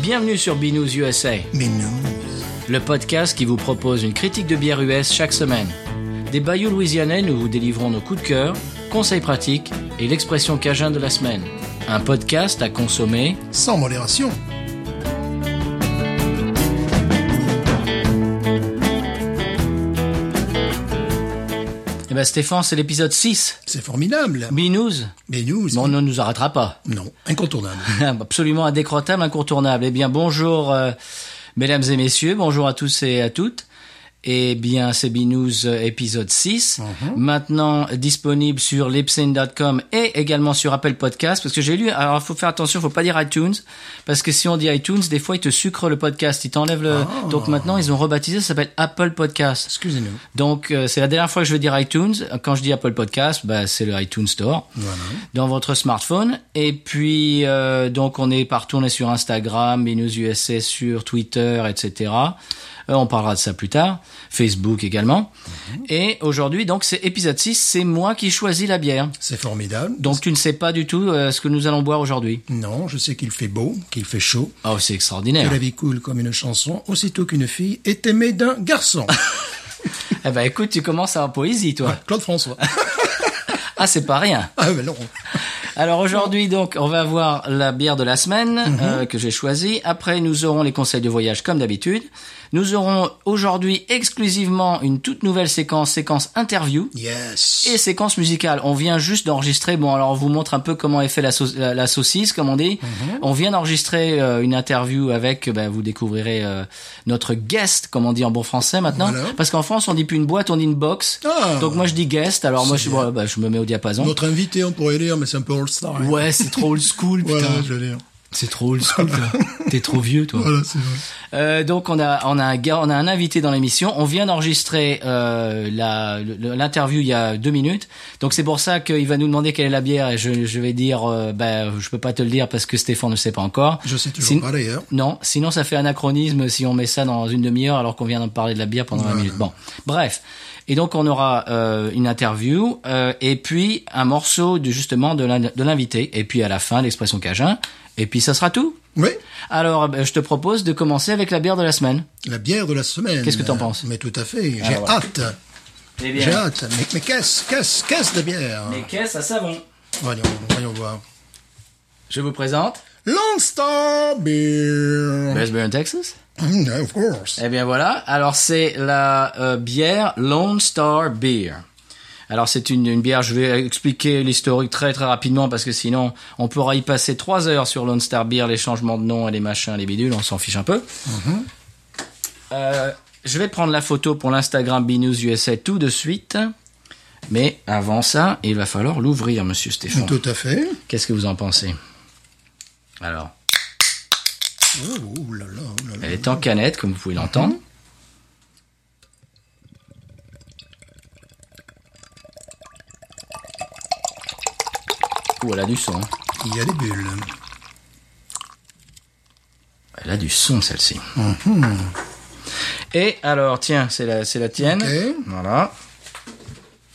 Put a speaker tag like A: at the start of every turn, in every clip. A: Bienvenue sur Binous USA,
B: Mais non.
A: le podcast qui vous propose une critique de bière US chaque semaine. Des bayous louisianais, nous vous délivrons nos coups de cœur, conseils pratiques et l'expression cajun de la semaine. Un podcast à consommer.
B: Sans modération.
A: Eh ben Stéphane, c'est l'épisode 6.
B: C'est formidable.
A: Binous
B: Mais nous,
A: Bon, on ne nous arrêtera pas.
B: non, incontournable.
A: Absolument indécrottable, incontournable. Eh bien, bonjour, euh, mesdames et messieurs, bonjour à tous et à toutes. Eh bien, c'est Binous euh, épisode 6, maintenant disponible sur libsyn.com et également sur Apple Podcast, parce que j'ai lu, alors faut faire attention, faut pas dire iTunes, parce que si on dit iTunes, des fois ils te sucrent le podcast, ils t'enlèvent le... Donc maintenant, ils ont rebaptisé, ça s'appelle Apple Podcast.
B: Excusez-nous.
A: Donc euh, c'est la dernière fois que je vais dire iTunes. Quand je dis Apple Podcast, bah, c'est le iTunes Store
B: Voilà.
A: dans votre smartphone. Et puis euh, donc on est partout, on est sur Instagram, Binous USA sur Twitter, etc. Euh, on parlera de ça plus tard. Facebook également. Et aujourd'hui donc c'est épisode 6, c'est moi qui choisis la bière.
B: C'est formidable.
A: Donc tu ne sais pas du tout euh, ce que nous allons boire aujourd'hui.
B: Non, je sais qu'il fait beau, qu'il fait chaud,
A: Oh c'est
B: que
A: extraordinaire.
B: la vie coule comme une chanson, aussitôt qu'une fille est aimée d'un garçon.
A: Eh ben écoute, tu commences à en poésie toi.
B: Claude François.
A: Ah c'est pas rien.
B: Ah, mais non.
A: Alors aujourd'hui, donc, on va voir la bière de la semaine
B: Mhm.
A: euh, que j'ai choisie. Après, nous aurons les conseils de voyage comme d'habitude. Nous aurons aujourd'hui exclusivement une toute nouvelle séquence, séquence interview
B: Yes.
A: et séquence musicale. On vient juste d'enregistrer. Bon, alors on vous montre un peu comment est fait la, sau- la- la saucisse, comme on dit.
B: Mhm.
A: On vient d'enregistrer euh, une interview avec. euh, ben, vous découvrirez euh, notre guest, comme on dit en bon français maintenant,
B: Voilà.
A: parce qu'en France on dit plus une boîte, on dit une box.
B: Ah.
A: Donc moi je dis guest. Alors moi je,
B: bien.
A: ouais, bah, je me mets au diapason.
B: Notre invité, on pourrait dire, mais c'est un peu all-star. hein.
A: Ouais, c'est trop old school, putain.
B: Voilà, je veux dire.
A: C'est trop old school, toi. T'es trop vieux, toi.
B: Voilà, c'est vrai.
A: Euh, donc on a on a un gars, on a un invité dans l'émission. On vient d'enregistrer euh, la le- l'interview il y a deux minutes. Donc c'est pour ça qu'il va nous demander quelle est la bière et je je vais dire euh, ben je peux pas te le dire parce que Stéphane ne sait pas encore.
B: Je sais toujours
A: Sin-
B: pas d'ailleurs.
A: Non, sinon ça fait anachronisme si on met ça dans une demi-heure alors qu'on vient d'en parler de la bière pendant 20 minutes. Bon, bref. Et donc on aura euh, une interview euh, et puis un morceau de justement de l'in- de l'invité et puis à la fin l'expression cajun et puis ça sera tout.
B: Oui.
A: Alors, ben, je te propose de commencer avec la bière de la semaine.
B: La bière de la semaine.
A: Qu'est-ce que t'en penses
B: Mais tout à fait. J'ai
A: Ah, ouais.
B: hâte.
A: Les
B: J'ai hâte. Mais, mais qu'est-ce, qu'est-ce, qu'est-ce de bière
A: caisses à savon.
B: Voyons, voyons voir.
A: Je vous présente.
B: Lone Star Beer.
A: Bear in Texas.
B: Mm, yeah, of course.
A: Eh bien voilà. Alors, c'est la euh, bière Lone Star Beer. Alors, c'est une, une bière, je vais expliquer l'historique très très rapidement parce que sinon, on pourra y passer trois heures sur Lone Star Beer, les changements de nom et les machins, les bidules, on s'en fiche un peu.
B: Mhm.
A: Euh, je vais prendre la photo pour l'Instagram Binous USA tout de suite. Mais avant ça, il va falloir l'ouvrir, monsieur Stéphane.
B: Tout à fait.
A: Qu'est-ce que vous en pensez Alors,
B: Oh, oh là là, oh là là.
A: elle est en canette, comme vous pouvez l'entendre. Ouh, elle a du son. hein.
B: Il y a des bulles.
A: Elle a du son, celle-ci. Mm-hmm. Et alors, tiens, c'est la, c'est la tienne.
B: Ok.
A: Voilà.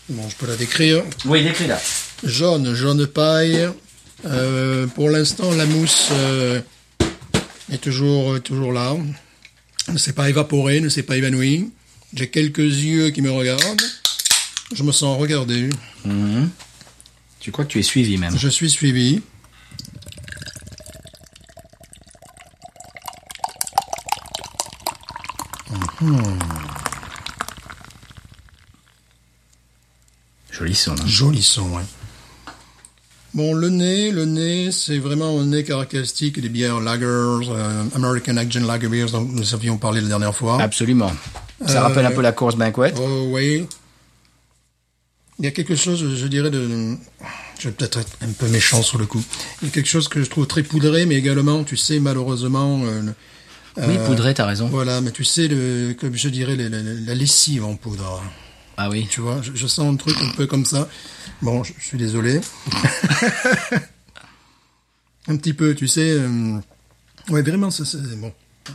B: Bon, je peux la décrire.
A: Oui, décris là.
B: Jaune, jaune paille. Euh, pour l'instant, la mousse euh, est toujours, euh, toujours là. Ne s'est pas évaporée, ne s'est pas évanouie. J'ai quelques yeux qui me regardent. Je me sens regardé.
A: Tu crois que tu es suivi même.
B: Je suis suivi.
A: Joli son. hein.
B: Joli son, ouais. Bon, le nez, le nez, c'est vraiment un nez caractéristique des bières lagers, euh, American Action Lager Beers, dont nous avions parlé la dernière fois.
A: Absolument. Ça rappelle un peu la course banquet.
B: Oh, oui. Il y a quelque chose, je dirais, de... Je vais peut-être être un peu méchant sur le coup. Il y a quelque chose que je trouve très poudré, mais également, tu sais, malheureusement... euh, le-
A: Oui, Poudré, t'as raison.
B: voilà, mais tu sais, le, comme je dirais, la, la- la lessive en poudre.
A: Ah oui.
B: Tu vois, je, je sens un truc un peu comme ça. Bon, je, je suis désolé. un petit peu, tu sais. euh, ouais, vraiment, ça, c'est bon.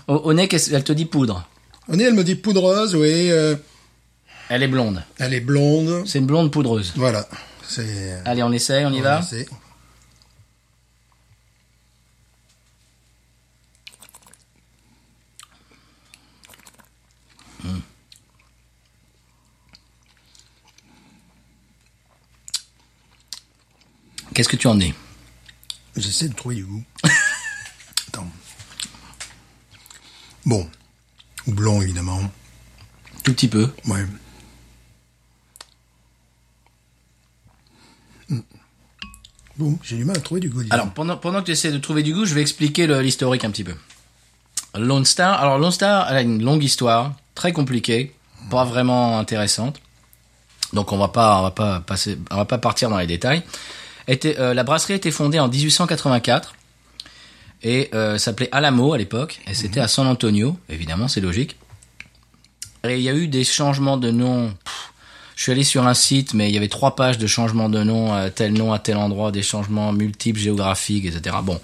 A: Au, au nez, qu'est-ce- elle te dit poudre.
B: On est, elle me dit poudreuse, oui. euh,
A: Elle est blonde.
B: elle est blonde.
A: C'est une blonde poudreuse.
B: Voilà. C'est.
A: Allez, on essaye, on y va.
B: c'est-
A: Qu'est-ce que tu en es
B: J'essaie de trouver du goût. Attends. Bon. Houblon, évidemment.
A: Tout petit peu.
B: Ouais. Mm. Bon, j'ai du mal à trouver du goût. dis
A: Alors,
B: donc.
A: pendant, pendant que tu essaies de trouver du goût, je vais expliquer le- l'historique un petit peu. Lone Star, alors Lone Star, elle a une longue histoire, très compliquée, pas vraiment intéressante. Donc on va pas, on va pas passer, on va pas partir dans les détails. Était, euh, la brasserie a été fondée en 1884 et euh, s'appelait Alamo à l'époque. Et c'était à San Antonio, évidemment, c'est logique. Et il y a eu des changements de nom. Pff, Je suis allé sur un site, mais il y avait trois pages de changements de nom, euh, tel nom à tel endroit, des changements multiples, géographiques, etc. Bon.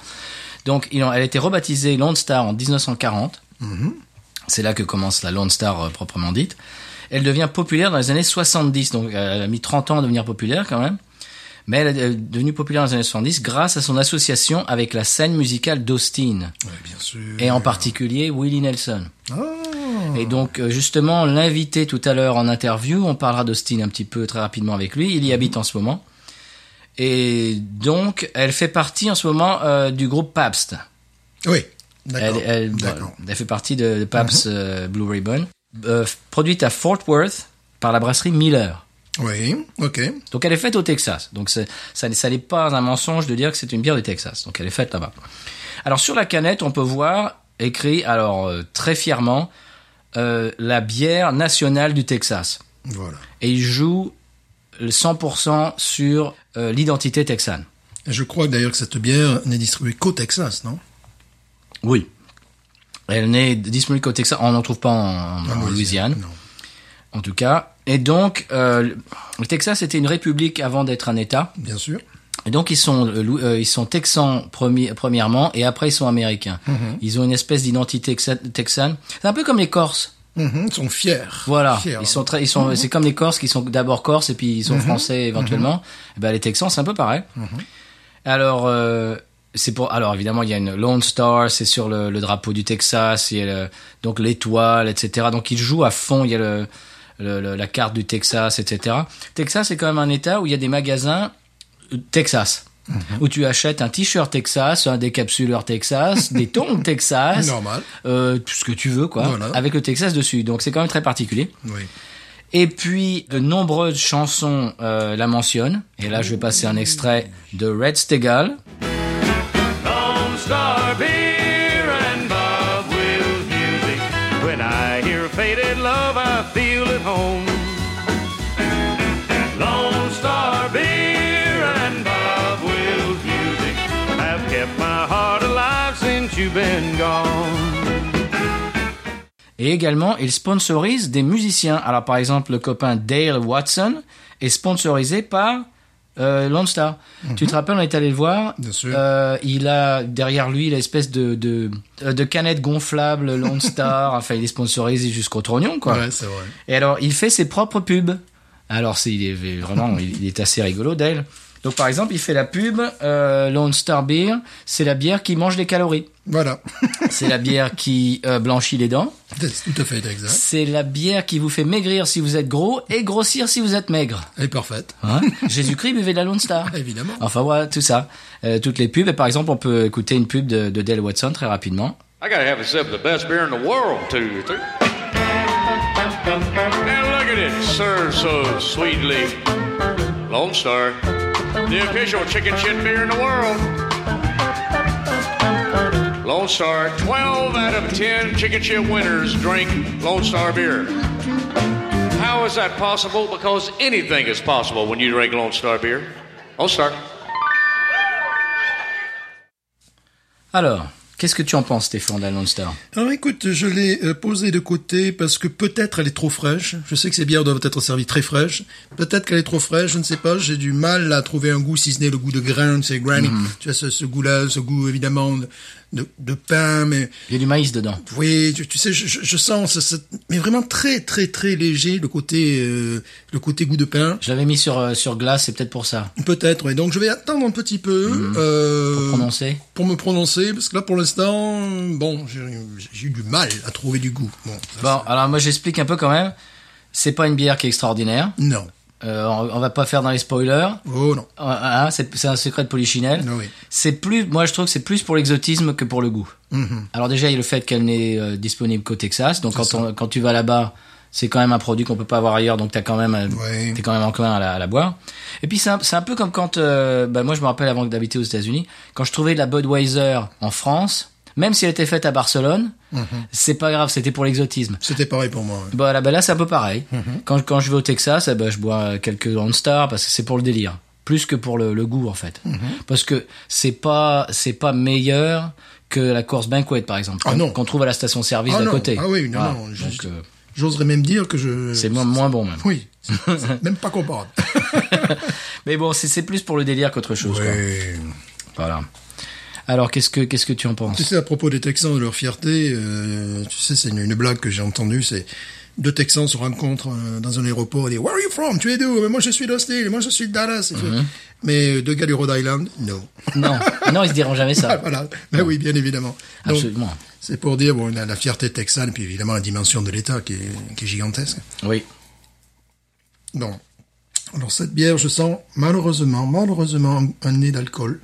A: Donc, il en- elle a été rebaptisée Lone Star en 1940. C'est là que commence la Lone Star euh, proprement dite. Elle devient populaire dans les années 70, donc euh, elle a mis 30 ans à devenir populaire quand même. Mais elle est euh, devenue populaire dans les années 70 grâce à son association avec la scène musicale d'Austin,
B: Ouais, bien sûr.
A: et en particulier Willie Nelson.
B: Ah,
A: Et donc, euh, justement, l'invité tout à l'heure en interview, on parlera d'Austin un petit peu très rapidement avec lui. Il y habite en ce moment. Et donc, elle fait partie en ce moment euh, du groupe Pabst.
B: Oui.
A: Elle,
B: D'accord.
A: elle-
B: D'accord. Mhm.
A: elle fait partie de, de Pabst euh, Blue Ribbon, euh, produite à Fort Worth par la brasserie Miller.
B: Oui. Ok.
A: Donc elle est faite au Texas. Donc c'est- ça, n'est- ça n'est pas un mensonge de dire que c'est une bière du Texas. Donc elle est faite là-bas. Alors sur la canette, on peut voir écrit, alors euh, très fièrement, euh, la bière nationale du Texas.
B: Voilà.
A: Et il joue le 100% sur euh, l'identité texane.
B: Et Je crois d'ailleurs que cette bière n'est distribuée qu'au Texas, non
A: Oui. Elle n'est disponible qu'au Texas. On n'en trouve pas en, en Louisiane.
B: Non.
A: en tout cas. Et donc, euh, le Texas était une république avant d'être un État.
B: Bien sûr.
A: Et donc, ils sont, euh, lou- euh, ils sont texans premi- premièrement, et après, ils sont américains. Ils ont une espèce d'identité texa- texane. C'est un peu comme les Corses.
B: Mhm, Ils sont fiers.
A: Voilà.
B: Fiers.
A: Ils sont très, ils sont, c'est comme les Corses qui sont d'abord Corses et puis ils sont Français éventuellement. Eh ben, les Texans, c'est un peu pareil. Alors, euh, c'est pour, alors évidemment, il y a une Lone Star, c'est sur le, le drapeau du Texas, il y a le- donc l'étoile, etc. Donc, ils jouent à fond, il y a le, le- le- la carte du Texas, etc. Texas, c'est quand même un état où il y a des magasins euh, Texas. Où tu achètes un t-shirt Texas, un décapsuleur Texas, des tongs Texas,
B: Normal.
A: euh, tout ce que tu veux, quoi,
B: Voilà.
A: avec le Texas dessus. Donc c'est quand même très particulier.
B: Oui.
A: Et puis de nombreuses chansons euh, la mentionnent. Et là, je vais passer un extrait de Red Stegal.
C: Lone Star Beer and Bob Wills music. When I hear faded love, I feel at home. Lone Star Beer and Bob Wills music have kept my heart alive since you've been gone.
A: Et également, il sponsorise des musiciens. Alors par exemple, le copain Dale Watson est sponsorisé par euh, Lone Star. Tu te rappelles, on est allé le voir.
B: Mhm. Bien sûr.
A: Euh, il a derrière lui l'espèce de, de, euh, de canette gonflable Lone Star. enfin, il est sponsorisé jusqu'au trognon, quoi.
B: Ouais, c'est vrai.
A: Et alors, il fait ses propres pubs. Alors, c'est, il est vraiment, il il est assez rigolo d'elle. Donc, par exemple, il fait la pub euh, Lone Star Beer. C'est la bière qui mange les calories.
B: Voilà.
A: C'est la bière qui euh, blanchit les dents.
B: C'est tout à fait exact.
A: C'est la bière qui vous fait maigrir si vous êtes gros et grossir si vous êtes maigre.
B: Elle est parfaite.
A: Hein Jésus-Christ buvait de la Lone Star.
B: Évidemment.
A: Enfin, voilà, tout ça. Euh, toutes les pubs. Et par exemple, on peut écouter une pub de, de Dale Watson très rapidement.
C: I gotta have a sip of the best beer in the world, too. too. Now look at it, served so sweetly. Lone Star, the official chicken shit beer in the world. Lone Star, 12 out of 10 chicken shit winners drink Lone Star beer. How is that possible? Because anything is possible when you drink Lone Star beer. Lone Star.
A: Alors, qu'est-ce que tu en penses, Stéphane, de la Lone Star
B: Alors écoute, je l'ai euh, posée de côté parce que peut-être elle est trop fraîche. Je sais que ces bières doivent être servies très fraîches. Peut-être qu'elle est trop fraîche, je ne sais pas. J'ai du mal à trouver un goût, si ce n'est le goût de grain, c'est granny. Tu as ce, ce goût-là, ce goût évidemment de, de, de pain, mais
A: Il y a du maïs dedans.
B: oui, tu, tu sais, je, je- je sens, ce- ce- mais vraiment très très très léger le côté euh, le côté goût de pain.
A: Je l'avais mis sur, euh, sur glace, c'est peut-être pour ça.
B: Peut-être. Et donc je vais attendre un petit peu. euh,
A: Prononcé.
B: pour me prononcer, parce que là, pour l'instant, bon, j'ai j'ai eu du mal à trouver du goût. Bon, ça,
A: Bah. Bon, alors moi j'explique un peu quand même. C'est pas une bière qui est extraordinaire.
B: c'est- non.
A: Euh, on, on va pas faire dans les spoilers.
B: Oh non.
A: Ah, ah, c'est c'est un secret de Polichinelle.
B: Ah oui.
A: C'est plus, moi je trouve que c'est plus pour l'exotisme que pour le goût.
B: Mhm.
A: Alors déjà il y a le fait qu'elle n'est euh, disponible qu'au Texas, donc quand,
B: ça.
A: on, quand tu vas là-bas, c'est quand même un produit qu'on peut pas avoir ailleurs, donc t'as quand même, euh,
B: Ouais.
A: t'es quand même enclin à la, à la boire. Et puis c'est un, c'est un peu comme quand, euh, bah, moi je me rappelle avant que d'habiter aux États-Unis, quand je trouvais de la Budweiser en France, même si elle était faite à Barcelone,
B: Mm-hmm.
A: c'est pas grave, c'était pour l'exotisme.
B: C'était pareil pour moi. ouais.
A: Bah là, bah là c'est un peu pareil.
B: Mhm.
A: quand, quand je vais au Texas, eh ben, je bois quelques Lone Star parce que c'est pour le délire, plus que pour le, le goût en fait.
B: Mhm.
A: Parce que c'est pas c'est pas meilleur que la course banquet par exemple
B: Ah
A: qu'on-
B: non.
A: qu'on trouve à la station service
B: Ah
A: d'à
B: non.
A: côté.
B: Ah oui, non,
A: Voilà.
B: non, je-
A: Donc, euh,
B: J'oserais même dire que je.
A: c'est moins, moins bon même.
B: Oui. C'est même pas comparable.
A: Mais bon, c'est c'est plus pour le délire qu'autre chose. quoi.
B: Ouais.
A: Voilà. Alors qu'est-ce que qu'est-ce que tu en
B: Tu
A: penses
B: sais, à propos des Texans et de leur fierté, euh, tu sais, c'est une, une blague que j'ai entendue, c'est deux Texans se rencontrent euh, dans un aéroport et disent « Where are you from Tu es d'où Mais Moi, je suis d'Austin, moi, je suis de Dallas. Et tout. Mais euh, deux gars du Rhode Island, non.
A: Mm-hmm. Non, non, ils se diront jamais ça.
B: voilà, mais oui, bien évidemment. Donc,
A: Absolument.
B: C'est pour dire bon, la, la fierté texane, puis évidemment la dimension de l'État qui est, qui est gigantesque.
A: Oui.
B: Bon. Alors cette bière, je sens malheureusement, malheureusement un nez d'alcool.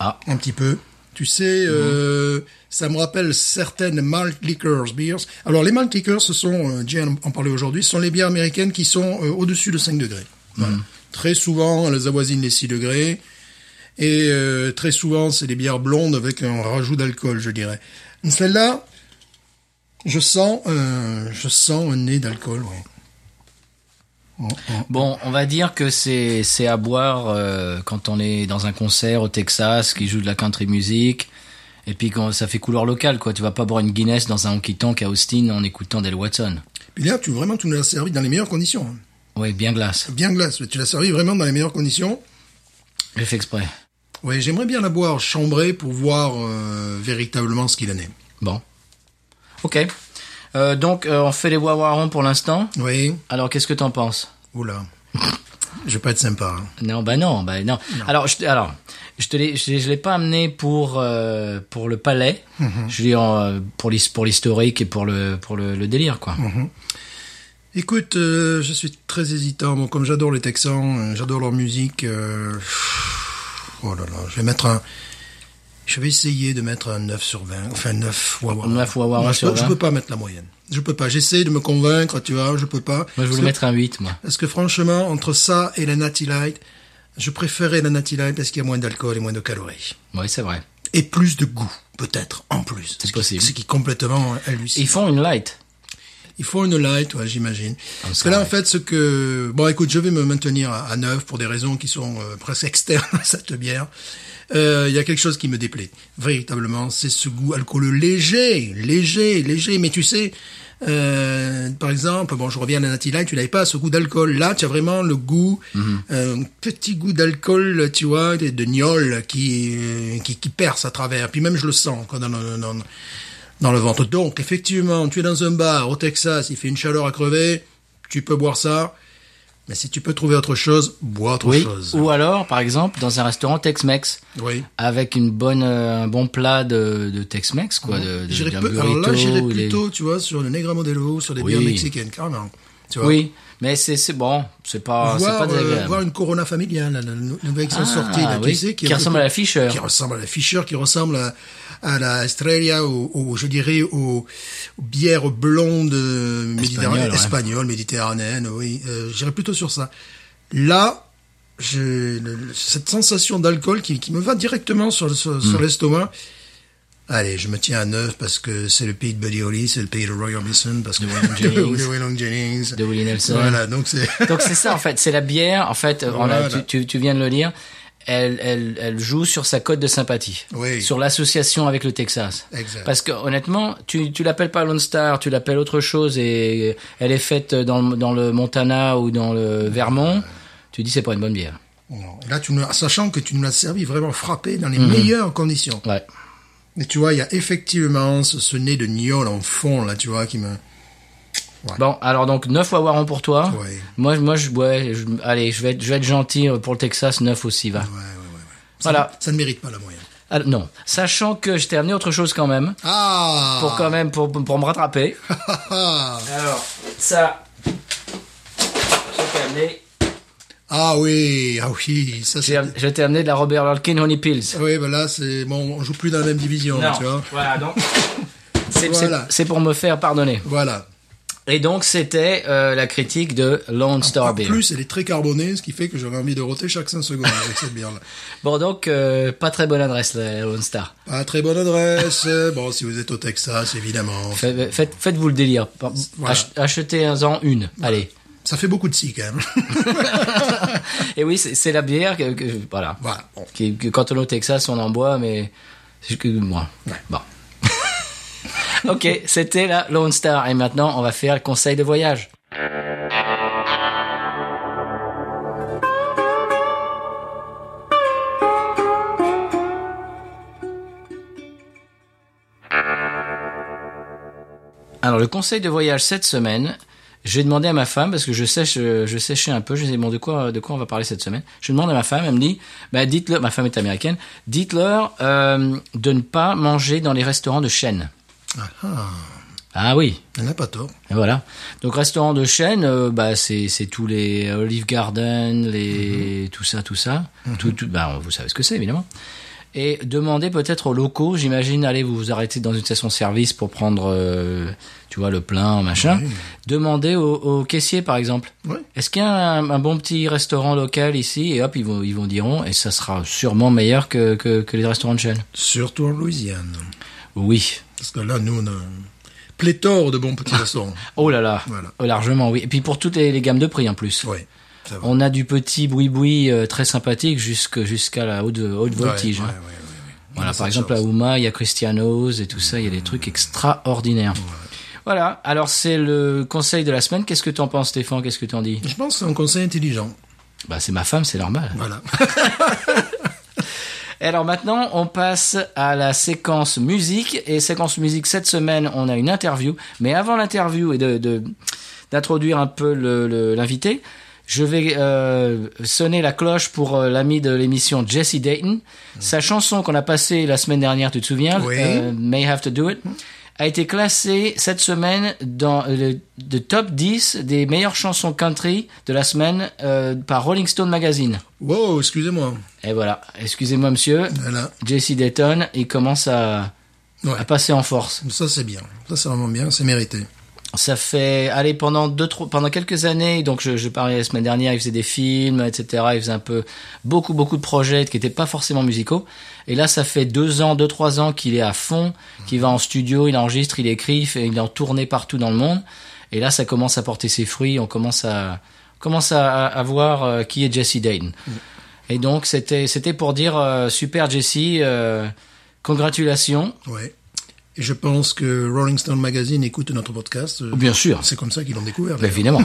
A: Ah.
B: Un petit peu. Tu sais, euh, ça me rappelle certaines malt liquors beers. Alors les malt liquors, ce sont, euh, Jay en- en parlait aujourd'hui, ce sont les bières américaines qui sont euh, au-dessus de 5 degrés. Voilà. Très souvent, elles avoisinent les 6 degrés. Et euh, très souvent, c'est des bières blondes avec un rajout d'alcool, je dirais. Celle-là, je sens, euh, je sens un nez d'alcool. oui. Oh, oh.
A: Bon, on va dire que c'est c'est à boire euh, quand on est dans un concert au Texas qui joue de la country music et puis quand ça fait couleur locale quoi. Tu vas pas boire une Guinness dans un honky tonk à Austin en écoutant Del Watson.
B: Puis là, tu vraiment, tu nous l'as servi dans les meilleures conditions. hein.
A: Oui, bien glace.
B: Bien glace, mais tu l'as servi vraiment dans les meilleures conditions.
A: J'ai fait exprès.
B: Oui, j'aimerais bien la boire chambrée pour voir euh, véritablement ce qu'il en est.
A: Bon. Ok. Euh, donc euh, on fait les wawarons pour l'instant.
B: Oui,
A: Alors qu'est-ce que t'en penses
B: oula. Je vais pas être sympa. hein.
A: Non, bah non, bah non. Alors, je, te- alors, je te l'ai, je, l'ai- je l'ai pas amené pour euh, pour le palais. Je l'ai en, euh, pour l'his- pour l'historique et pour le pour le, le délire quoi.
B: Écoute, euh, je suis très hésitant. Bon, comme j'adore les Texans, euh, j'adore leur musique. euh, Oh là là, je vais mettre un. Je vais essayer de mettre un 9 sur 20. Enfin, 9 Wawa.
A: 9 Wawa
B: Non, je
A: sur
B: peux- Je
A: 20.
B: peux pas mettre la moyenne. Je peux pas. J'essaie de me convaincre, tu vois, je peux pas.
A: Moi, je
B: Parce
A: voulais
B: que-
A: mettre un 8, moi.
B: Parce que franchement, entre ça et la Natty Light, je préférais la Natty Light parce qu'il y a moins d'alcool et moins de calories.
A: Oui, c'est vrai.
B: Et plus de goût, peut-être, en plus.
A: C'est
B: Ce qui-
A: possible.
B: Ce qui est complètement
A: Et ils
B: hallucinant.
A: font une light.
B: Il faut une light, ouais, j'imagine. Parce
A: ça,
B: que là, en
A: ouais.
B: fait, ce que... Bon, écoute, je vais me maintenir à, à 9 pour des raisons qui sont euh, presque externes à cette bière. Euh, Il y a quelque chose qui me déplaît, véritablement, c'est ce goût alcooleux léger, léger, léger. Mais tu sais, euh, par exemple, bon, je reviens à la Natty Light, tu n'avais pas ce goût d'alcool. Là, tu as vraiment le goût, euh, un petit goût d'alcool, tu vois, de, de gnôle qui, euh, qui, qui perce à travers. Puis même, je le sens quoi, dans, le- dans, dans- dans le ventre. Donc, effectivement, tu es dans un bar au Texas, il fait une chaleur à crever, tu peux boire ça. Mais si tu peux trouver autre chose, bois autre
A: Oui.
B: chose.
A: Ou alors, par exemple, dans un restaurant Tex-Mex.
B: Oui.
A: Avec une bonne, euh, un bon plat de, de Tex-Mex, quoi. De, de-
B: J'irais
A: d'un
B: peu- alors là,
A: burrito,
B: j'irais
A: ou des-
B: plutôt, tu vois, sur le Negra Modelo, sur des
A: Oui.
B: bières mexicaines, carrément. Tu vois.
A: Oui. Mais c'est, c'est bon. C'est pas, Ah, c'est
B: Voir,
A: pas
B: euh,
A: désagréable.
B: voir une Corona familiale, la, la nou- nouvelle qui sont
A: Ah,
B: sorties, là, tu
A: oui,
B: sais,
A: qui
B: est un
A: ressemble
B: peu-
A: à la Fischer.
B: Qui ressemble à la Fischer, qui ressemble à, à la Estrella, au, au- je dirais, aux, aux bières blondes euh, méditerranéennes,
A: ouais.
B: espagnoles, méditerranéennes, oui. Euh, J'irais plutôt sur ça. Là, j'ai le- le- cette sensation d'alcool qui, qui me va directement sur, le- sur,
A: Hmm.
B: sur l'estomac. Allez, je me tiens à neuf parce que c'est le pays de Buddy Holly, c'est le pays de Roy Orbison, parce que
A: Waylon Jennings.
B: de Waylon Jennings.
A: De Willie Nelson.
B: Voilà, donc c'est.
A: Donc c'est ça, en fait. C'est la bière. En fait, on a-
B: Voilà.
A: tu, tu- tu viens de le lire. Elle, elle, elle joue sur sa cote de sympathie.
B: Oui.
A: Sur l'association avec le Texas.
B: Exact.
A: Parce que honnêtement, tu, tu l'appelles pas Lone Star, tu l'appelles autre chose et elle est faite dans le, dans le Montana ou dans le Vermont. Tu dis c'est pas une bonne bière.
B: Non. Et Là, tu nous l'as- sachant que tu nous l'as servi vraiment frappé dans les
A: Mhm.
B: meilleures conditions.
A: Ouais.
B: Mais tu vois, il y a effectivement ce, ce nez de gnôle en fond, là, tu vois, qui me...
A: Bon, alors donc 9 Wawaron pour toi.
B: Ouais.
A: Moi, je- moi, je, ouais, je- allez, je vais, être, je vais être gentil pour le Texas, 9 aussi, va.
B: Ça,
A: Voilà.
B: Ça ne mérite pas la moyenne.
A: Alors, non. Sachant que je t'ai amené autre chose quand même,
B: Ah
A: pour quand même, pour, pour me rattraper.
B: Ah, ah.
A: Alors, ça, je t'ai amené
B: Ah oui, ah oui, ça
A: J'ai
B: c'est.
A: am- Je t'ai amené de la Robert Lurkin Honey Pills.
B: Oui, ben là, c'est. Bon, on joue plus dans la même division,
A: Non,
B: tu vois.
A: Voilà, donc. C'est c'est-
B: Voilà.
A: c'est pour me faire pardonner.
B: Voilà.
A: Et donc, c'était euh, la critique de Lone Star
B: en
A: Beer.
B: plus, elle est très carbonée, ce qui fait que j'avais envie de roter chaque 5 secondes avec cette bière-là.
A: Bon, donc, euh, pas très bonne adresse, la Lone Star.
B: Pas très bonne adresse. Bon, si vous êtes au Texas, évidemment.
A: Fait- faites- Faites-vous le délire. Par-
B: Voilà.
A: ach- Achetez-en une. Allez.
B: Ça fait beaucoup de si, quand même.
A: Et oui, c'est c'est la bière que, que- voilà.
B: voilà. Bon.
A: Qui, que quand on est au Texas, on en boit, mais c'est que moi. Bon. ok, c'était la Lone Star. Et maintenant, on va faire le conseil de voyage. Alors, le conseil de voyage cette semaine, j'ai demandé à ma femme, parce que je sèche, euh, je séchais un peu, je disais, bon, de quoi, de quoi on va parler cette semaine? Je demande à ma femme, elle me dit, bah, dites-leur, ma femme est américaine, dites-leur, euh, de ne pas manger dans les restaurants de chaîne.
B: Ah, ah,
A: Ah oui.
B: elle n'a pas tort.
A: Et Voilà. Donc restaurant de chaîne, euh, bah c'est c'est tous les Olive Garden,
B: Mhm.
A: les tout ça, tout ça, tout, tout bah vous savez ce que c'est évidemment. Et demandez peut-être aux locaux, j'imagine, allez vous vous arrêtez dans une station-service pour prendre, euh, tu vois, le plein, machin. Demandez au, au caissier par exemple.
B: Oui.
A: Est-ce qu'il y a un, un bon petit restaurant local ici Et hop, ils vont ils vont diront et ça sera sûrement meilleur que que, que les restaurants de chaîne.
B: Surtout en Louisiane.
A: Oui.
B: Parce que là, nous, on a un pléthore de bons petits restaurants.
A: Oh là là.
B: Voilà.
A: Oh, largement oui. Et puis pour toutes les, les gammes de prix en plus.
B: Oui. Ça va.
A: On a du petit boui-boui euh, très sympathique jusque- jusqu'à la haute, haute voltige.
B: Ouais,
A: hein.
B: ouais, ouais, ouais, ouais. On
A: Voilà,
B: a
A: par
B: cette
A: exemple, à
B: chance.
A: Houma, il y a Christianos et tout ça, il y a des
B: Mmh.
A: trucs extraordinaires. Voilà, alors c'est le conseil de la semaine. Qu'est-ce que t'en penses, Stéphane Qu'est-ce que t'en dis
B: Je pense que c'est un conseil intelligent.
A: Bah, c'est ma femme, c'est normal.
B: Voilà.
A: Et alors maintenant, on passe à la séquence musique. Et séquence musique, cette semaine, on a une interview. Mais avant l'interview et de, de- d'introduire un peu le- le- l'invité, je vais euh, sonner la cloche pour euh, l'ami de l'émission Jesse Dayton. Sa chanson qu'on a passée la semaine dernière, tu te souviens
B: Oui.
A: euh, May Have to Do It a été classée cette semaine dans euh, le, le top 10 des meilleures chansons country de la semaine euh, par Rolling Stone Magazine.
B: Wow, excusez-moi.
A: Et voilà, excusez-moi monsieur,
B: Voilà.
A: JC Dayton, il commence à,
B: Ouais.
A: à passer en force.
B: Ça, c'est bien. Ça, c'est vraiment bien. C'est mérité.
A: Ça fait, allez, pendant deux, trois, pendant quelques années, donc je, je parlais la semaine dernière, il faisait des films, etc. Il faisait un peu, beaucoup, beaucoup de projets qui n'étaient pas forcément musicaux. Et là, ça fait deux ans, deux, trois ans qu'il est à fond, qu'il va en studio, il enregistre, il écrit, il, fait- il est en tournée partout dans le monde. Et là, ça commence à porter ses fruits, on commence à, commence à, à voir euh, qui est Jesse Dayton. Et donc, c'était, c'était pour dire, euh, super Jesse, euh, congratulations.
B: Ouais. Et je pense que Rolling Stone Magazine écoute notre podcast. Euh,
A: Bien sûr.
B: C'est comme ça qu'ils l'ont découvert.
A: Bah, évidemment.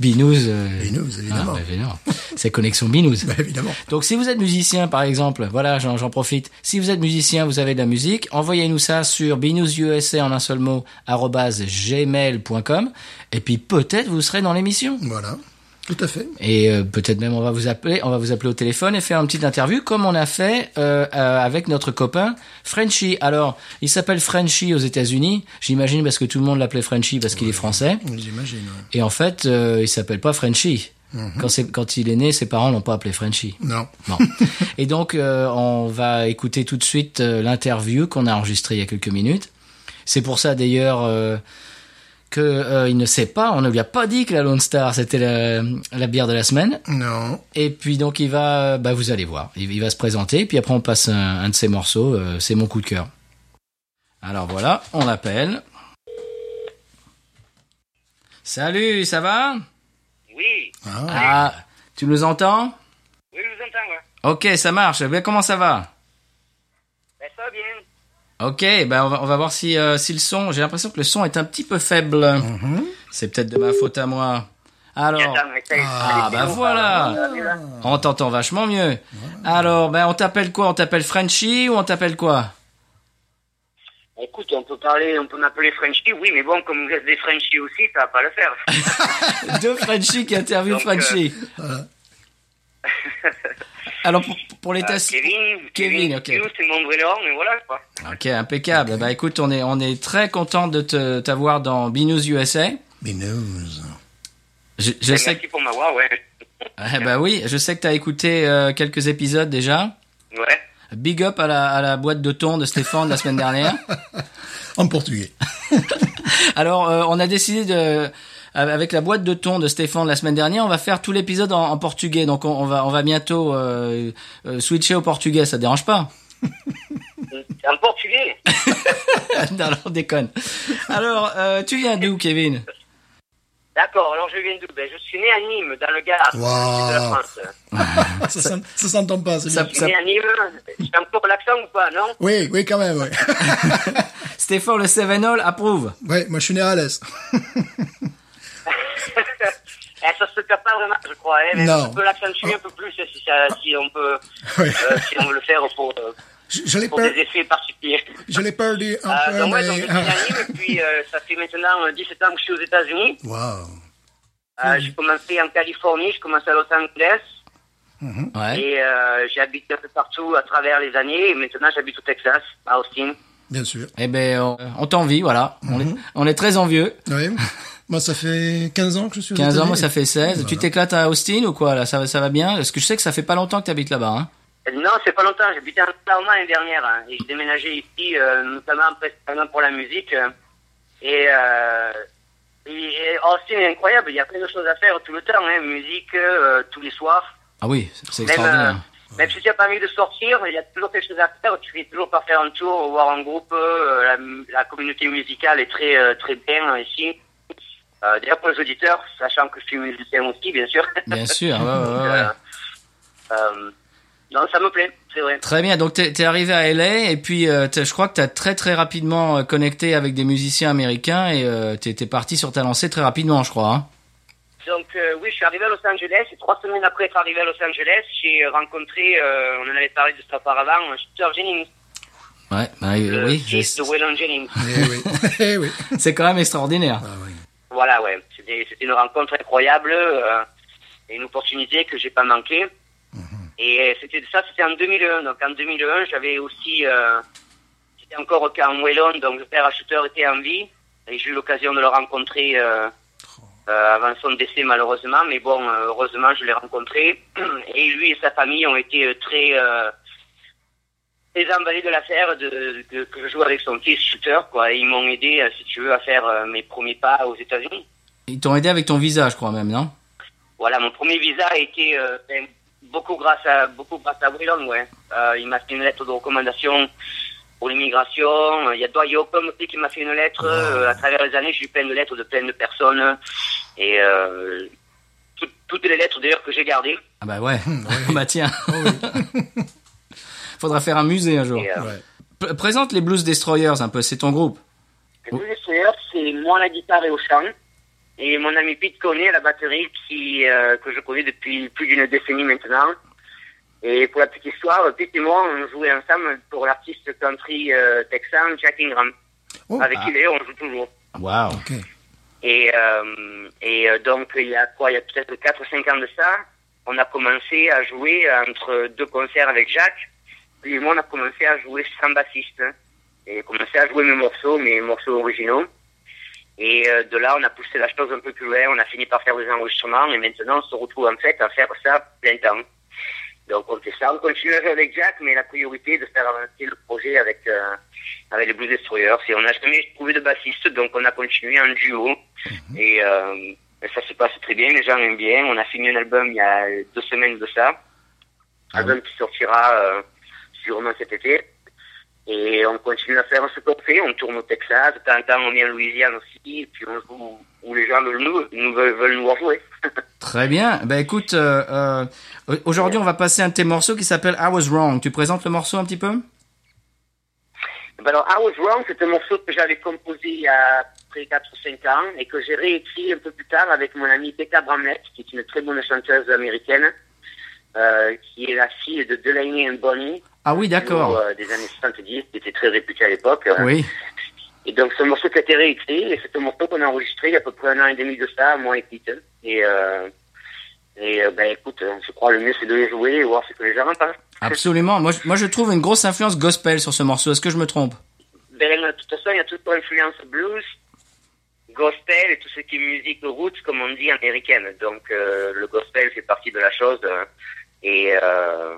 A: Binous. euh,
B: Binous, évidemment.
A: ah, bah, évidemment. C'est connexion Binous.
B: Bah, évidemment.
A: Donc si vous êtes musicien par exemple, voilà j'en j'en profite, si vous êtes musicien, vous avez de la musique, envoyez-nous ça sur binoususa en un seul mot, arobase gmail.com et puis peut-être vous serez dans l'émission.
B: Voilà. Tout à fait.
A: Et euh, peut-être même on va vous appeler, on va vous appeler au téléphone et faire une petite interview comme on a fait euh, euh, avec notre copain Frenchy. Alors il s'appelle Frenchy aux États-Unis, j'imagine parce que tout le monde l'appelait Frenchy parce qu'il est français.
B: J'imagine. ouais.
A: Et en fait, euh, il s'appelle pas Frenchy. Quand, c'est- quand il est né, ses parents l'ont pas appelé Frenchy.
B: Non.
A: Non. Et donc, euh, on va écouter tout de suite euh, l'interview qu'on a enregistrée il y a quelques minutes. C'est pour ça d'ailleurs euh, que euh, il ne sait pas, on ne lui a pas dit que la Lone Star c'était la, la bière de la semaine.
B: Non.
A: Et puis donc il va, bah vous allez voir, il, il va se présenter. Puis après on passe un, un de ses morceaux, euh, c'est mon coup de cœur. Alors voilà, on l'appelle. Salut, ça va
D: Oui,
B: Ah.
A: Ah, tu nous entends
D: oui, je vous entends, ouais.
A: Ok, ça marche. Eh Bien, comment ça va
D: Ben, ça va bien.
A: Ok, ben on va, on va voir si, euh, si le son. J'ai l'impression que le son est un petit peu faible. C'est peut-être de ma faute à moi. Alors,
D: J'attends, mais ça,
A: ah
D: ça,
A: bah
D: c'est bon,
A: voilà.
D: ça va, Ben, ça va, ça va.
A: on t'entend vachement mieux. Alors, ben on t'appelle quoi On t'appelle Frenchy ou on t'appelle quoi
D: Écoute, on peut parler, on peut m'appeler Frenchy, oui, mais bon, comme vous êtes des Frenchy aussi, ça va pas le faire.
A: Ah, Deux Frenchy qui interviewent
D: Donc, euh,
A: Frenchy. Alors pour, pour les
D: Ah,
A: tests.
D: Kevin,
A: Kevin,
D: Kevin,
A: ok.
D: Q, c'est mon vrai nom, mais voilà, quoi.
A: Ok, impeccable. Bah écoute, on est on est très content de te t'avoir dans Binous USA.
B: Binous.
A: Je, je sais
D: Ben,
A: que
D: Merci pour m'avoir, ouais.
A: Eh ben oui, je sais que t'as écouté euh, quelques épisodes déjà.
D: Ouais.
A: Big up à la, à la boîte de thon de Stéphane la semaine dernière.
B: En portugais.
A: Alors, euh, on a décidé de, avec la boîte de thon de Stéphane la semaine dernière, on va faire tout l'épisode en, en portugais. Donc, on, on va, on va bientôt euh, euh, switcher au portugais. Ça te dérange pas
D: En portugais
A: Non, non, on déconne. Alors, euh, tu viens d'où, Kevin
D: D'accord, alors je viens d'où ben, Je suis né à Nîmes, dans le Gard,
B: Wow.
D: dans le sud de la France.
B: ça s'en- ça s'entend pas, c'est
A: Ça-
B: bien.
D: Je suis né à Nîmes, j'ai encore l'accent ou pas, non
B: Oui, oui, quand même, oui.
A: Stéphane le Sevenol approuve.
B: ouais, moi, je suis né à Alès.
D: Eh, Ça se perd pas vraiment, je crois, hein, mais
B: Non.
D: on peut l'accentuer un peu plus si, ça- si on peut,
B: Ouais.
D: euh, si on veut le faire pour, euh,
B: Je je l'ai
D: pour
B: per-
D: des effets particuliers.
B: Ben, je l'ai perdu un
D: Euh,
B: peu,
D: donc, ouais, donc, je
B: mais...
D: suis né à Nîmes, et puis euh, ça fait maintenant euh, 17 ans que je suis aux États-Unis.
B: Wow.
D: Euh, J'ai commencé en Californie, je commence à Los Angeles
A: Ouais.
D: et euh, j'ai habité un peu partout à travers les années et maintenant j'habite au Texas, à Austin.
B: Bien sûr.
A: Eh ben, on, on t'envie, voilà. On, est, on est très envieux.
B: Oui. Moi, ça fait 15 ans que je suis aux
A: 15 ans, moi,
B: États-Unis.
A: ça fait 16. Tu
B: Voilà.
A: t'éclates à Austin ou quoi, là ça, va- ça va bien Parce que je sais que ça fait pas longtemps que t'habites là-bas, hein.
D: Euh, Non, c'est pas longtemps, j'habitais en Oklahoma l'année dernière hein, et j'ai déménagé ici euh, notamment principalement pour la musique. euh, et, euh, et- et Austin est incroyable, il y a plein de choses à faire tout le temps, hein, musique euh, tous les soirs.
A: Ah oui, c'est
D: Même,
A: extraordinaire.
D: euh, même si tu n'as pas envie de sortir, il y a toujours quelque chose à faire. Tu finis toujours par faire un tour, voir un groupe. euh, la, la communauté musicale est très euh, très bien euh, ici. Euh, D'ailleurs, pour les auditeurs, sachant que je suis musicien aussi, bien sûr.
A: Bien sûr, ouais, ouais, ouais, ouais.
D: Euh, euh, non, ça me plaît, c'est vrai.
A: Très bien, donc t'es t'es arrivé à LA et puis euh, t'as- je crois que t'as très très rapidement euh, connecté avec des musiciens américains et euh, t'es t'es parti sur ta lancée très rapidement, je crois. hein.
D: Donc euh, oui, je suis arrivé à Los Angeles et trois semaines après être arrivé à Los Angeles, j'ai rencontré, euh, on en avait parlé de ça auparavant, Chester Jennings,
A: Ouais, bah, euh,
D: le
A: oui,
D: fils
A: je-
D: de Waylon Jennings.
B: Eh oui. Eh oui.
A: c'est quand même extraordinaire.
B: Ah oui.
D: Voilà, ouais. C'était c'était une rencontre incroyable, euh, et une opportunité que j'ai pas manquée. Et euh, c'était ça, c'était en 2001. Donc en 2001, j'avais aussi, euh, j'étais encore au- en Wellon, donc le père acheteur était en vie, et j'ai eu l'occasion de le rencontrer euh, euh, avant son décès malheureusement, mais bon, euh, heureusement, je l'ai rencontré. Et lui et sa famille ont été euh, très euh, les emballés de l'affaire de, de- que je joue avec son fils shooter quoi. Et ils m'ont aidé, euh, si tu veux, à faire euh, mes premiers pas aux États-Unis.
A: Ils t'ont aidé avec ton visa, je crois même, non
D: Voilà, mon premier visa a été euh, ben, beaucoup grâce à beaucoup grâce à Willon, ouais. Euh, il m'a fait une lettre de recommandation pour l'immigration. Il y a Dwight Yoakam aussi qui m'a fait une lettre. Euh, à travers les années, j'ai eu plein de lettres de plein de personnes et euh, tout- toutes les lettres d'ailleurs que j'ai gardées.
A: Ah bah ouais, bah tiens. Faudra faire un musée un jour.
D: Oh, Et, euh,
B: Ouais.
A: P- Présente les Blues Destroyers un peu, c'est ton groupe.
D: Le Blue Destroyer, c'est moi à la guitare et au chant. Et mon ami Pete Coney à la batterie qui, euh, que je connais depuis plus d'une décennie maintenant. Et pour la petite histoire, Pete et moi, on jouait ensemble pour l'artiste country euh, texan Jack Ingram,
B: Oh,
D: avec qui d'ailleurs on joue toujours.
A: Waouh.
B: ok.
D: Et, euh, et euh, donc, il y a quoi Il y a peut-être 4 ou 5 ans de ça, on a commencé à jouer entre deux concerts avec Jacques. Puis moi, on a commencé à jouer sans bassiste. hein. Et commencé à jouer mes morceaux, mes morceaux originaux. Et euh, de là, on a poussé la chose un peu plus loin. On a fini par faire des enregistrements. Et maintenant, on se retrouve en fait à faire ça plein temps. Donc, on fait ça. On continue à jouer avec Jacques, mais la priorité est de faire avancer le projet avec, euh, avec les Blues Destroyers. Et on n'a jamais trouvé de bassiste, donc on a continué en duo. Et euh, ça se passe très bien, les gens aiment bien. On a fini un album il y a deux semaines de ça. Un album qui sortira euh, sûrement cet été. Et on continue à faire ce qu'on fait. On tourne au Texas, de temps en temps on vient en Louisiane aussi, et puis on joue où- où les gens veulent nous, nous veulent, veulent nous rejouer.
A: Très bien. Bah écoute, euh, euh, aujourd'hui on va passer un de tes morceaux qui s'appelle I Was Wrong. Tu présentes le morceau un petit peu
D: Ben alors, I Was Wrong, c'est un morceau que j'avais composé il y a près 4 ou 5 ans et que j'ai réécrit un peu plus tard avec mon amie Becca Bramlett, qui est une très bonne chanteuse américaine, euh, qui est la fille de Delaney and Bonnie,
A: Ah oui, d'accord.
D: duo, euh, des années 70, qui était très réputé à l'époque.
A: Oui.
D: Et donc, ce morceau qui a été réécrit, et c'est un morceau qu'on a enregistré il y a à peu près un an et demi de ça, moi et Pete. Et, euh, et euh, ben écoute, je crois le mieux c'est de les jouer et voir ce que les gens en pensent.
A: Absolument. Moi, je- moi, je trouve une grosse influence gospel sur ce morceau. Est-ce que je me trompe
D: Ben, de toute façon, il y a toute l'influence blues, gospel et tout ce qui est musique roots, comme on dit, américaine. Donc euh, le gospel fait partie de la chose. euh, et, euh,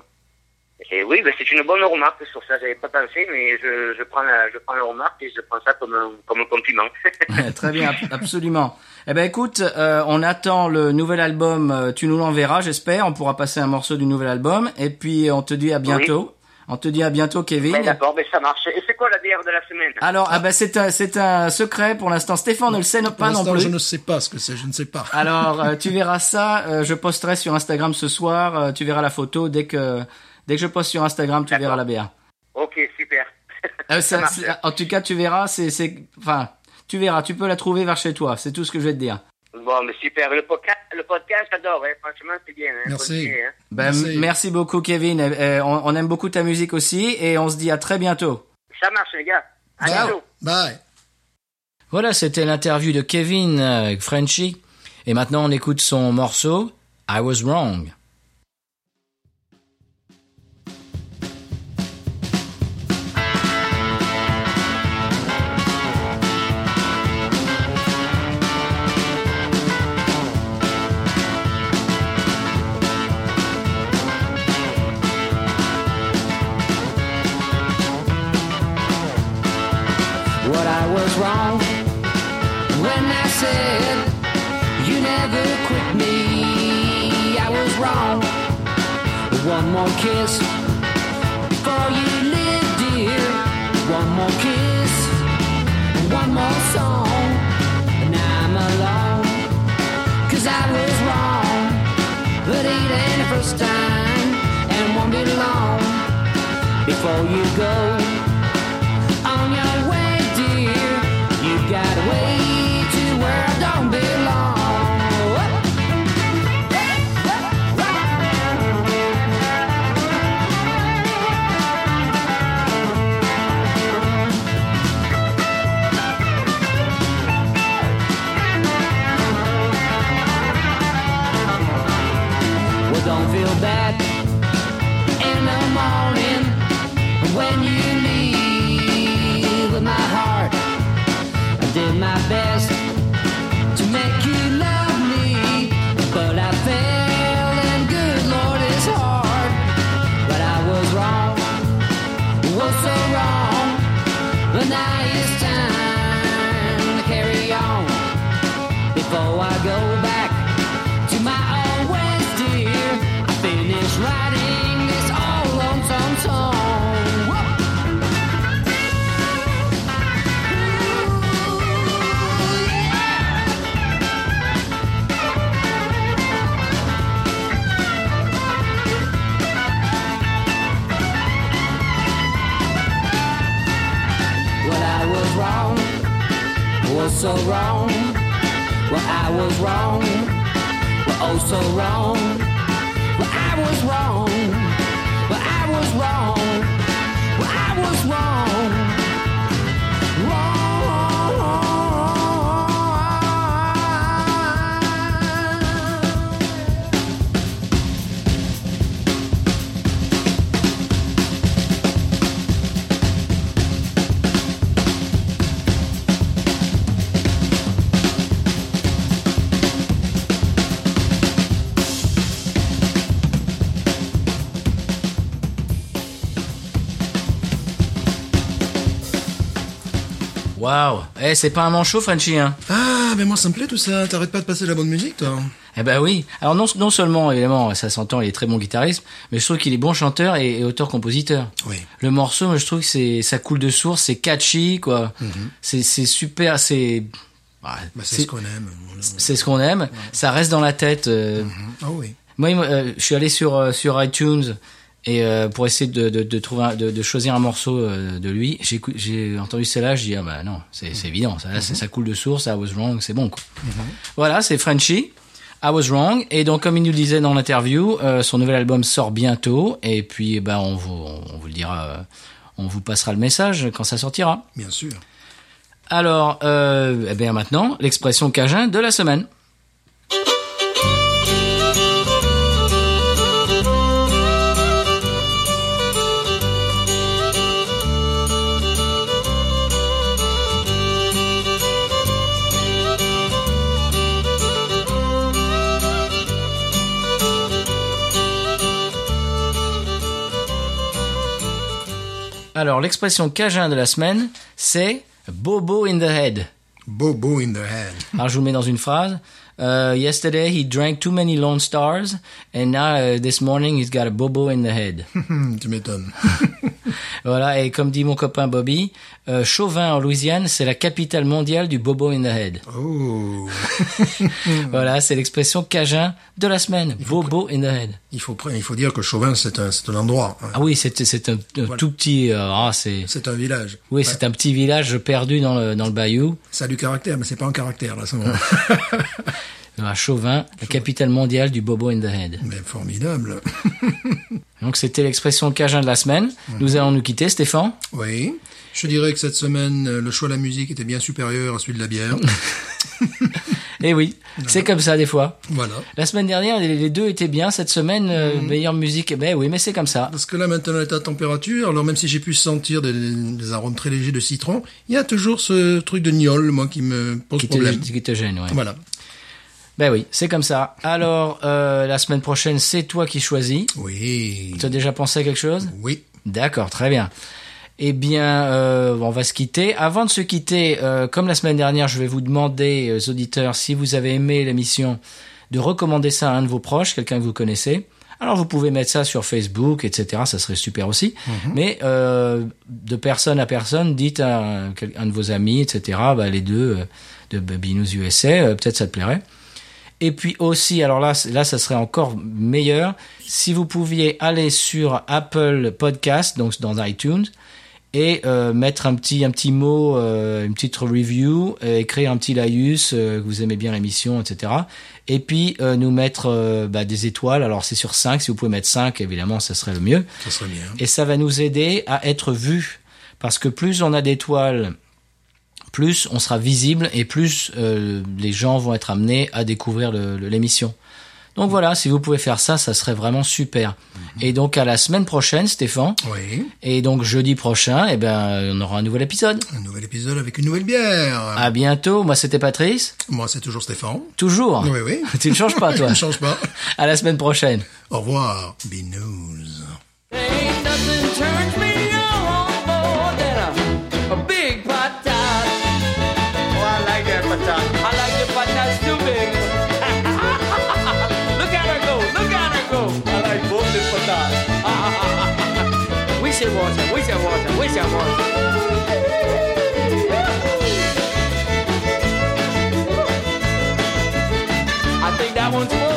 D: et oui, ben, c'est une bonne remarque sur ça. J'avais pas pensé, mais je, je prends la, je prends la remarque et je prends ça comme un, comme un compliment.
E: Très bien, ab- absolument. Eh ben écoute, euh, on attend le nouvel album. euh, Tu nous l'enverras, j'espère. On pourra passer un morceau du nouvel album. Et puis euh, on te dit à bientôt. On te dit à bientôt, Kevin.
D: Ben, D'accord, ben, ça marche. Et c'est quoi la bière de la semaine
E: Alors, ah ben c'est un, c'est un secret pour l'instant. Stéphane ne le sait
B: Pour
E: pas non
B: l'instant,
E: plus.
B: je ne sais pas ce que c'est, je ne sais pas.
E: Alors, euh, tu verras ça. euh, je posterai sur Instagram ce soir. euh, tu verras la photo dès que dès que je poste sur Instagram, tu
D: D'accord.
E: verras la bière.
D: Ok, super.
A: Ah
D: Ça
E: Euh, ça-
D: marche.
E: c'est- en tout cas, tu verras. C'est, c'est, enfin, tu verras. Tu peux la trouver vers chez toi. C'est tout ce que je vais te dire.
D: Bon, mais super. Le podcast, le podcast j'adore. Hein. Franchement, c'est bien. Hein.
B: Merci.
D: Continuez, hein.
E: Ben,
B: Merci.
E: merci. merci beaucoup, Kevin. Euh, euh, on, on aime beaucoup ta musique aussi, et on se dit à très bientôt.
D: Ça marche, les gars. À
B: Bye.
D: bientôt.
B: Bye.
E: Voilà, c'était l'interview de Kevin euh, avec Frenchy. Et maintenant, on écoute son morceau I Was Wrong.
A: what I was wrong when I said you never quit me. I was wrong. One more kiss before you live, dear. One more kiss, one more song, and I'm alone. Cause I was wrong, but it ain't the first time, and won't be long before you go on your way, dear. You got way to where I don't belong. Well, don't feel bad in the morning when you leave with my heart. I did my best to make you love me, but I failed, and good Lord, it's hard. But I was wrong, was so wrong. But now it's time to carry on before I go back to my own west, dear. I finished writing this all lonesome song. Whoop. Ooh, yeah. Well, I was wrong, was so wrong. Well, I was wrong, well, oh so wrong. Well, I was wrong, well, I was wrong, well, I was wrong. Wrong.
E: Waouh Eh, c'est pas un manchot, Frenchy, hein
B: Ah, mais moi, ça me plaît tout ça. T'arrêtes pas de passer de la bonne musique, toi.
E: Eh ben oui. Alors non, non seulement évidemment ça s'entend, il est très bon guitariste, mais je trouve qu'il est bon chanteur et, et auteur-compositeur.
B: Oui.
E: Le morceau, moi je trouve que c'est ça coule de source, c'est catchy quoi. C'est c'est super, c'est bah,
B: Mhm. Bah, c'est
E: c'est
B: ce qu'on aime.
E: c'est ce qu'on aime. Ça reste dans la tête. euh.
B: Ah oui.
E: Moi, il me- euh, je suis allé sur euh, sur iTunes et euh, pour essayer de, de, de trouver un- de, de choisir un morceau euh, de lui, j'ai écou- j'ai entendu celle-là, je dis ah bah non, c'est c'est évident, ça, c'est- ça coule de source, I was wrong, c'est bon quoi. Voilà, c'est Frenchy. I was wrong. Et donc, comme il nous le disait dans l'interview, euh, son nouvel album sort bientôt. Et puis, eh ben, on vous, on vous le dira, euh, on vous passera le message quand ça sortira.
B: Bien sûr.
E: Alors, euh, eh bien maintenant, l'expression cajun de la semaine. Alors, l'expression cajun de la semaine, c'est Bobo in the head.
B: Bobo in the head.
E: Alors, je vous le mets dans une phrase. Euh, yesterday, he drank too many Lone Stars, and now, euh, this morning, he's got a bobo in the head.
B: Hum, tu m'étonnes.
E: Voilà, et comme dit mon copain Bobby, euh, Chauvin en Louisiane, c'est la capitale mondiale du bobo in the head.
B: Oh,
E: Voilà, c'est l'expression cajun de la semaine, bobo in the head.
B: il faut, pre- il faut dire que Chauvin, c'est un, c'est un endroit. hein.
E: Ah oui, c'est c'est un, un tout petit, euh, ah, c'est,
B: C'est un village.
E: oui,
B: Ouais.
E: c'est un petit village perdu dans le dans le bayou.
B: Ça a du caractère, mais c'est pas un caractère, là, c'est bon.
E: Voilà, Chauvin, la capitale mondiale du bobo in the head.
B: mais formidable.
E: Donc c'était l'expression cajun de la semaine. Nous allons nous quitter, Stéphane.
B: Oui. Je dirais que cette semaine, euh, le choix de la musique était bien supérieur à celui de la bière.
E: Eh oui, c'est comme ça des fois.
B: voilà.
E: La semaine dernière, les les deux étaient bien. Cette semaine, euh,
B: Mm.
E: meilleure musique. Eh ben oui, mais c'est comme ça.
B: Parce que là, maintenant, elle est à température. Alors, même si j'ai pu sentir des, des arômes très légers de citron, il y a toujours ce truc de niol, moi, qui me pose
E: Qui te,
B: problème.
E: qui te gêne, ouais.
B: Voilà.
E: Ben oui, c'est comme ça. Alors, euh, la semaine prochaine, c'est toi qui choisis.
B: Oui.
E: Tu as déjà pensé à quelque chose
B: Oui.
E: D'accord, très bien. Eh bien, euh, on va se quitter. Avant de se quitter, euh, comme la semaine dernière, je vais vous demander, euh, aux auditeurs, si vous avez aimé l'émission, de recommander ça à un de vos proches, quelqu'un que vous connaissez. Alors, vous pouvez mettre ça sur Facebook, etc. Ça serait super aussi. Mais euh, de personne à personne, dites à quel- un de vos amis, etc. Bah, les deux euh, de Binous USA, euh, peut-être ça te plairait. Et puis aussi, alors là, c- là, ça serait encore meilleur si vous pouviez aller sur Apple Podcast, donc dans iTunes, et euh, mettre un petit, un petit mot, euh, une petite review, euh, écrire un petit laïus, euh, que vous aimez bien l'émission, etc. Et puis euh, nous mettre euh, bah, des étoiles. Alors c'est sur 5, si vous pouvez mettre 5, évidemment, ça serait le mieux.
B: Ça serait bien.
E: Et ça va nous aider à être vus. Parce que plus on a d'étoiles, plus on sera visible et plus euh, les gens vont être amenés à découvrir le- le- l'émission. Donc voilà, si vous pouvez faire ça, ça serait vraiment super.
B: Mhm.
E: Et donc à la semaine prochaine, Stéphane.
B: Oui.
E: Et donc jeudi prochain, eh ben, on aura un nouvel épisode.
B: Un nouvel épisode avec une nouvelle bière.
E: À bientôt. Moi, c'était Patrice.
B: Moi, c'est toujours Stéphane.
E: Toujours.
B: Oui, oui.
E: Tu ne changes pas,
B: Je
E: toi.
B: ne change pas.
E: À la semaine prochaine.
B: Au revoir. Binous.
F: Ain't nothing turns me on more than a, a big pot tart. Oh, I like that pot tart. I like the pot tarts too big. look at her go, look at her go. I like both the pot tarts. we should watch her, we should watch her, we should watch her. I think that one's full.